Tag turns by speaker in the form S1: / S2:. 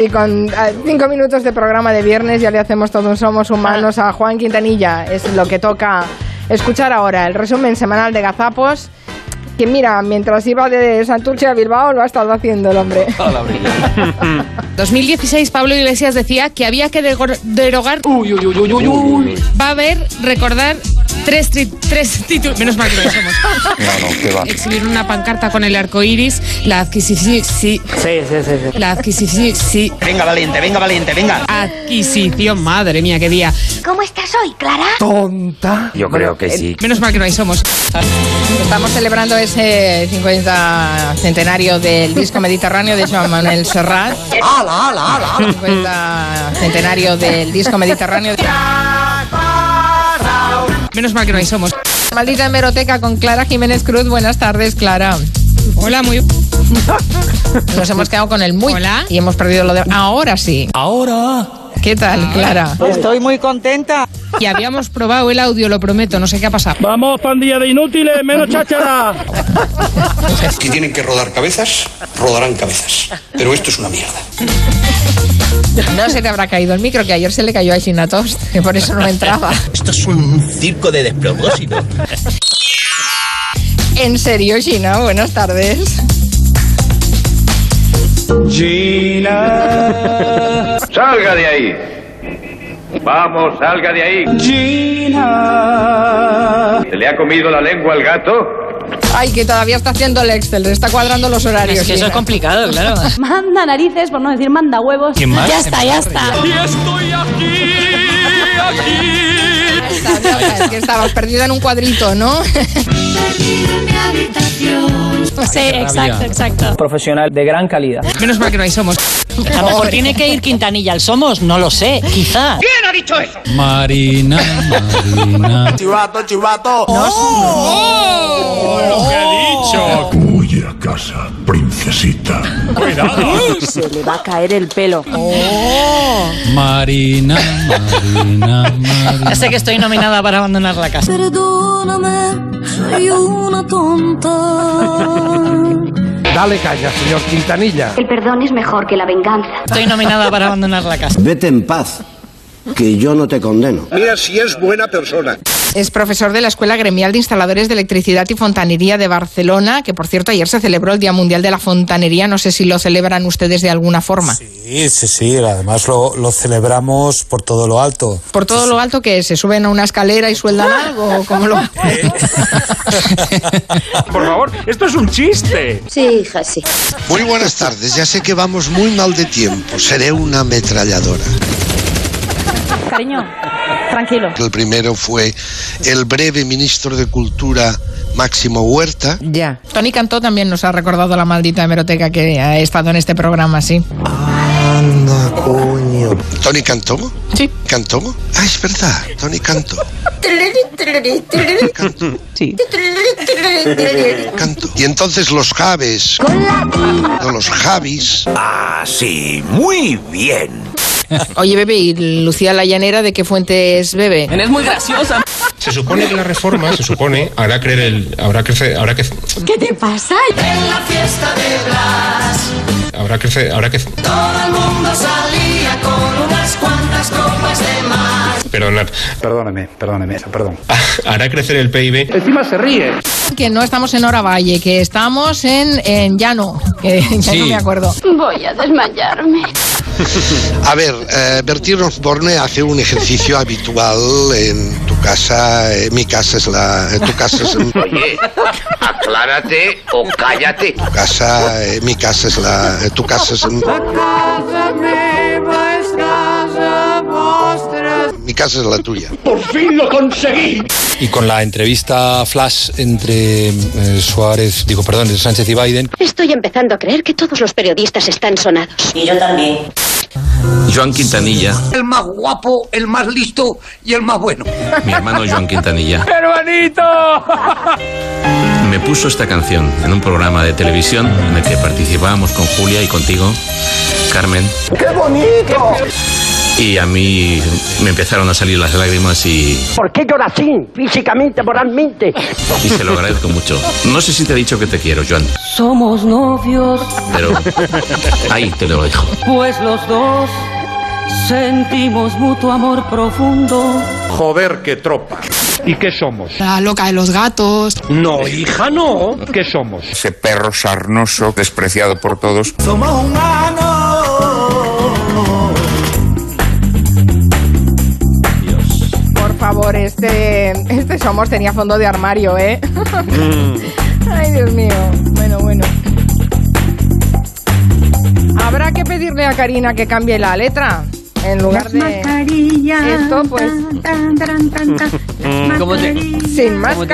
S1: Y con eh, cinco minutos de programa de viernes ya le hacemos todos Somos Humanos a Juan Quintanilla. Es lo que toca escuchar ahora, el resumen semanal de Gazapos. Que mira, mientras iba de Santurce a Bilbao lo ha estado haciendo el hombre.
S2: 2016 Pablo Iglesias decía que había que degor- derogar. Va a haber, recordar, tres, tri- tres títulos. Menos mal que no lo somos. Exhibir una pancarta con el arco iris, la adquisición. Sí,
S3: Sí, sí, sí. sí.
S2: la adquisición. Sí.
S4: Venga, valiente, venga, valiente, venga.
S2: Adquisición, madre mía, qué día.
S5: ¿Cómo estás hoy, Clara?
S3: Tonta.
S6: Yo creo que sí.
S2: Menos mal que no ahí somos.
S1: Estamos celebrando ese 50 centenario del disco mediterráneo de Joan Manuel Serrat.
S3: ¡Hala, hala, hala!
S1: 50 centenario del disco mediterráneo.
S2: Menos mal que no ahí somos.
S1: Maldita hemeroteca con Clara Jiménez Cruz. Buenas tardes, Clara.
S2: Hola, muy.
S1: Nos hemos quedado con el muy
S2: Hola.
S1: y hemos perdido lo de ahora sí.
S3: Ahora.
S1: ¿Qué tal, Clara?
S7: Estoy muy contenta.
S2: Y habíamos probado el audio, lo prometo, no sé qué ha pasado.
S8: Vamos, pandilla de inútiles, menos cháchara.
S9: Si tienen que rodar cabezas, rodarán cabezas. Pero esto es una mierda.
S1: No se te habrá caído el micro que ayer se le cayó a Gina Tost, que por eso no entraba.
S4: Esto es un circo de despropósito.
S1: En serio, Gina, buenas tardes.
S9: ¡Salga de ahí! Vamos, salga de ahí. ¿Se le ha comido la lengua al gato?
S1: Ay, que todavía está haciendo el Excel, le está cuadrando los horarios.
S3: Es que eso
S1: Gina.
S3: es complicado, claro.
S5: Manda narices, por no decir manda huevos.
S3: más?
S5: Ya está, ya está.
S8: Y estoy aquí, aquí.
S1: Ya está, ya está, es que estabas perdida en un cuadrito, ¿no?
S5: Sí, exacto, exacto.
S7: Profesional de gran calidad.
S2: Menos mal que no ahí somos.
S3: A lo mejor tiene que ir Quintanilla al Somos, no lo sé, quizá.
S8: Marina, Marina.
S4: Chivato, chivato.
S9: Oh.
S8: Oh, Lo que ha dicho.
S9: Huye a casa, princesita.
S8: Cuidado.
S7: Se le va a caer el pelo.
S8: Marina, Marina, Marina.
S3: Ya sé que estoy nominada para abandonar la casa.
S5: Perdóname, soy una tonta.
S3: Dale calla, señor Quintanilla.
S5: El perdón es mejor que la venganza.
S3: Estoy nominada para abandonar la casa.
S10: Vete en paz, que yo no te condeno.
S9: Mira si es buena persona.
S1: Es profesor de la Escuela Gremial de Instaladores de Electricidad y Fontanería de Barcelona, que por cierto ayer se celebró el Día Mundial de la Fontanería. No sé si lo celebran ustedes de alguna forma.
S9: Sí, sí, sí. Además lo, lo celebramos por todo lo alto.
S1: Por todo lo alto que es, se suben a una escalera y sueldan algo, como lo...
S8: Por favor, esto es un chiste.
S5: Sí, hija, sí.
S9: Muy buenas tardes. Ya sé que vamos muy mal de tiempo. Seré una ametralladora.
S7: Cariño, tranquilo.
S9: El primero fue el breve ministro de Cultura Máximo Huerta.
S1: Ya. Tony Cantó también nos ha recordado la maldita hemeroteca que ha estado en este programa, sí.
S9: Anda, coño. Tony Cantomo.
S1: Sí.
S9: ¿Cantomo? Ah, es verdad, Tony Canto. Canto.
S7: Sí.
S9: Canto. Y entonces los Javes. No, los Javis.
S6: Así, muy bien.
S1: Oye, bebé, ¿y Lucía la llanera de qué fuente es bebé?
S3: Eres muy graciosa.
S9: Se supone que la reforma, se supone, habrá creer el. Habrá que habrá que
S5: ¿Qué te pasa?
S9: habrá que habrá que Perdonad.
S10: Perdóname, perdóname, perdón.
S9: Hará crecer el PIB.
S1: Que no estamos en Oravalle, que estamos en, en Llano. Que ya no
S9: Sí.
S1: me acuerdo.
S5: Voy a desmayarme.
S9: A ver, eh, Bertín Osborne hace un ejercicio habitual en tu casa. eh, mi casa es la. eh, tu casa es.
S6: Oye, aclárate o cállate.
S9: Tu casa, eh, mi casa es la. eh, tu casa es. Mi casa es la tuya.
S8: Y con la entrevista flash entre eh, Suárez, digo, perdón, Sánchez y Biden,
S5: Estoy empezando a creer que todos los periodistas están sonados.
S6: Joan Quintanilla,
S4: El más guapo, el más listo y el más bueno.
S6: mi hermano Joan Quintanilla, me puso esta canción en un programa de televisión en el que participábamos con Julia y contigo, Carmen. Y a mí me empezaron a salir las lágrimas y,
S11: ¿Por qué llora así? Físicamente, moralmente.
S6: y se lo agradezco mucho. No sé si te he dicho que te quiero, Joan,
S11: Somos novios,
S6: pero ahí te lo dejo.
S11: pues los dos sentimos mutuo amor profundo.
S12: Joder, qué tropa. ¿Y qué somos?
S2: La loca de los gatos.
S12: No, hija, no. ¿Qué somos?
S13: Ese perro sarnoso, despreciado por todos.
S4: Somos humanos.
S1: Por favor, este, este Somos tenía fondo de armario, ¿eh? Ay, Dios mío. Bueno, bueno. Habrá que pedirle a Karina que cambie la letra. En lugar
S14: Las
S1: de.
S14: mascarillas,
S1: Esto, pues.
S14: tan, tan, tan, tan, tan,
S1: Sin
S14: mascarillas.
S1: máscara.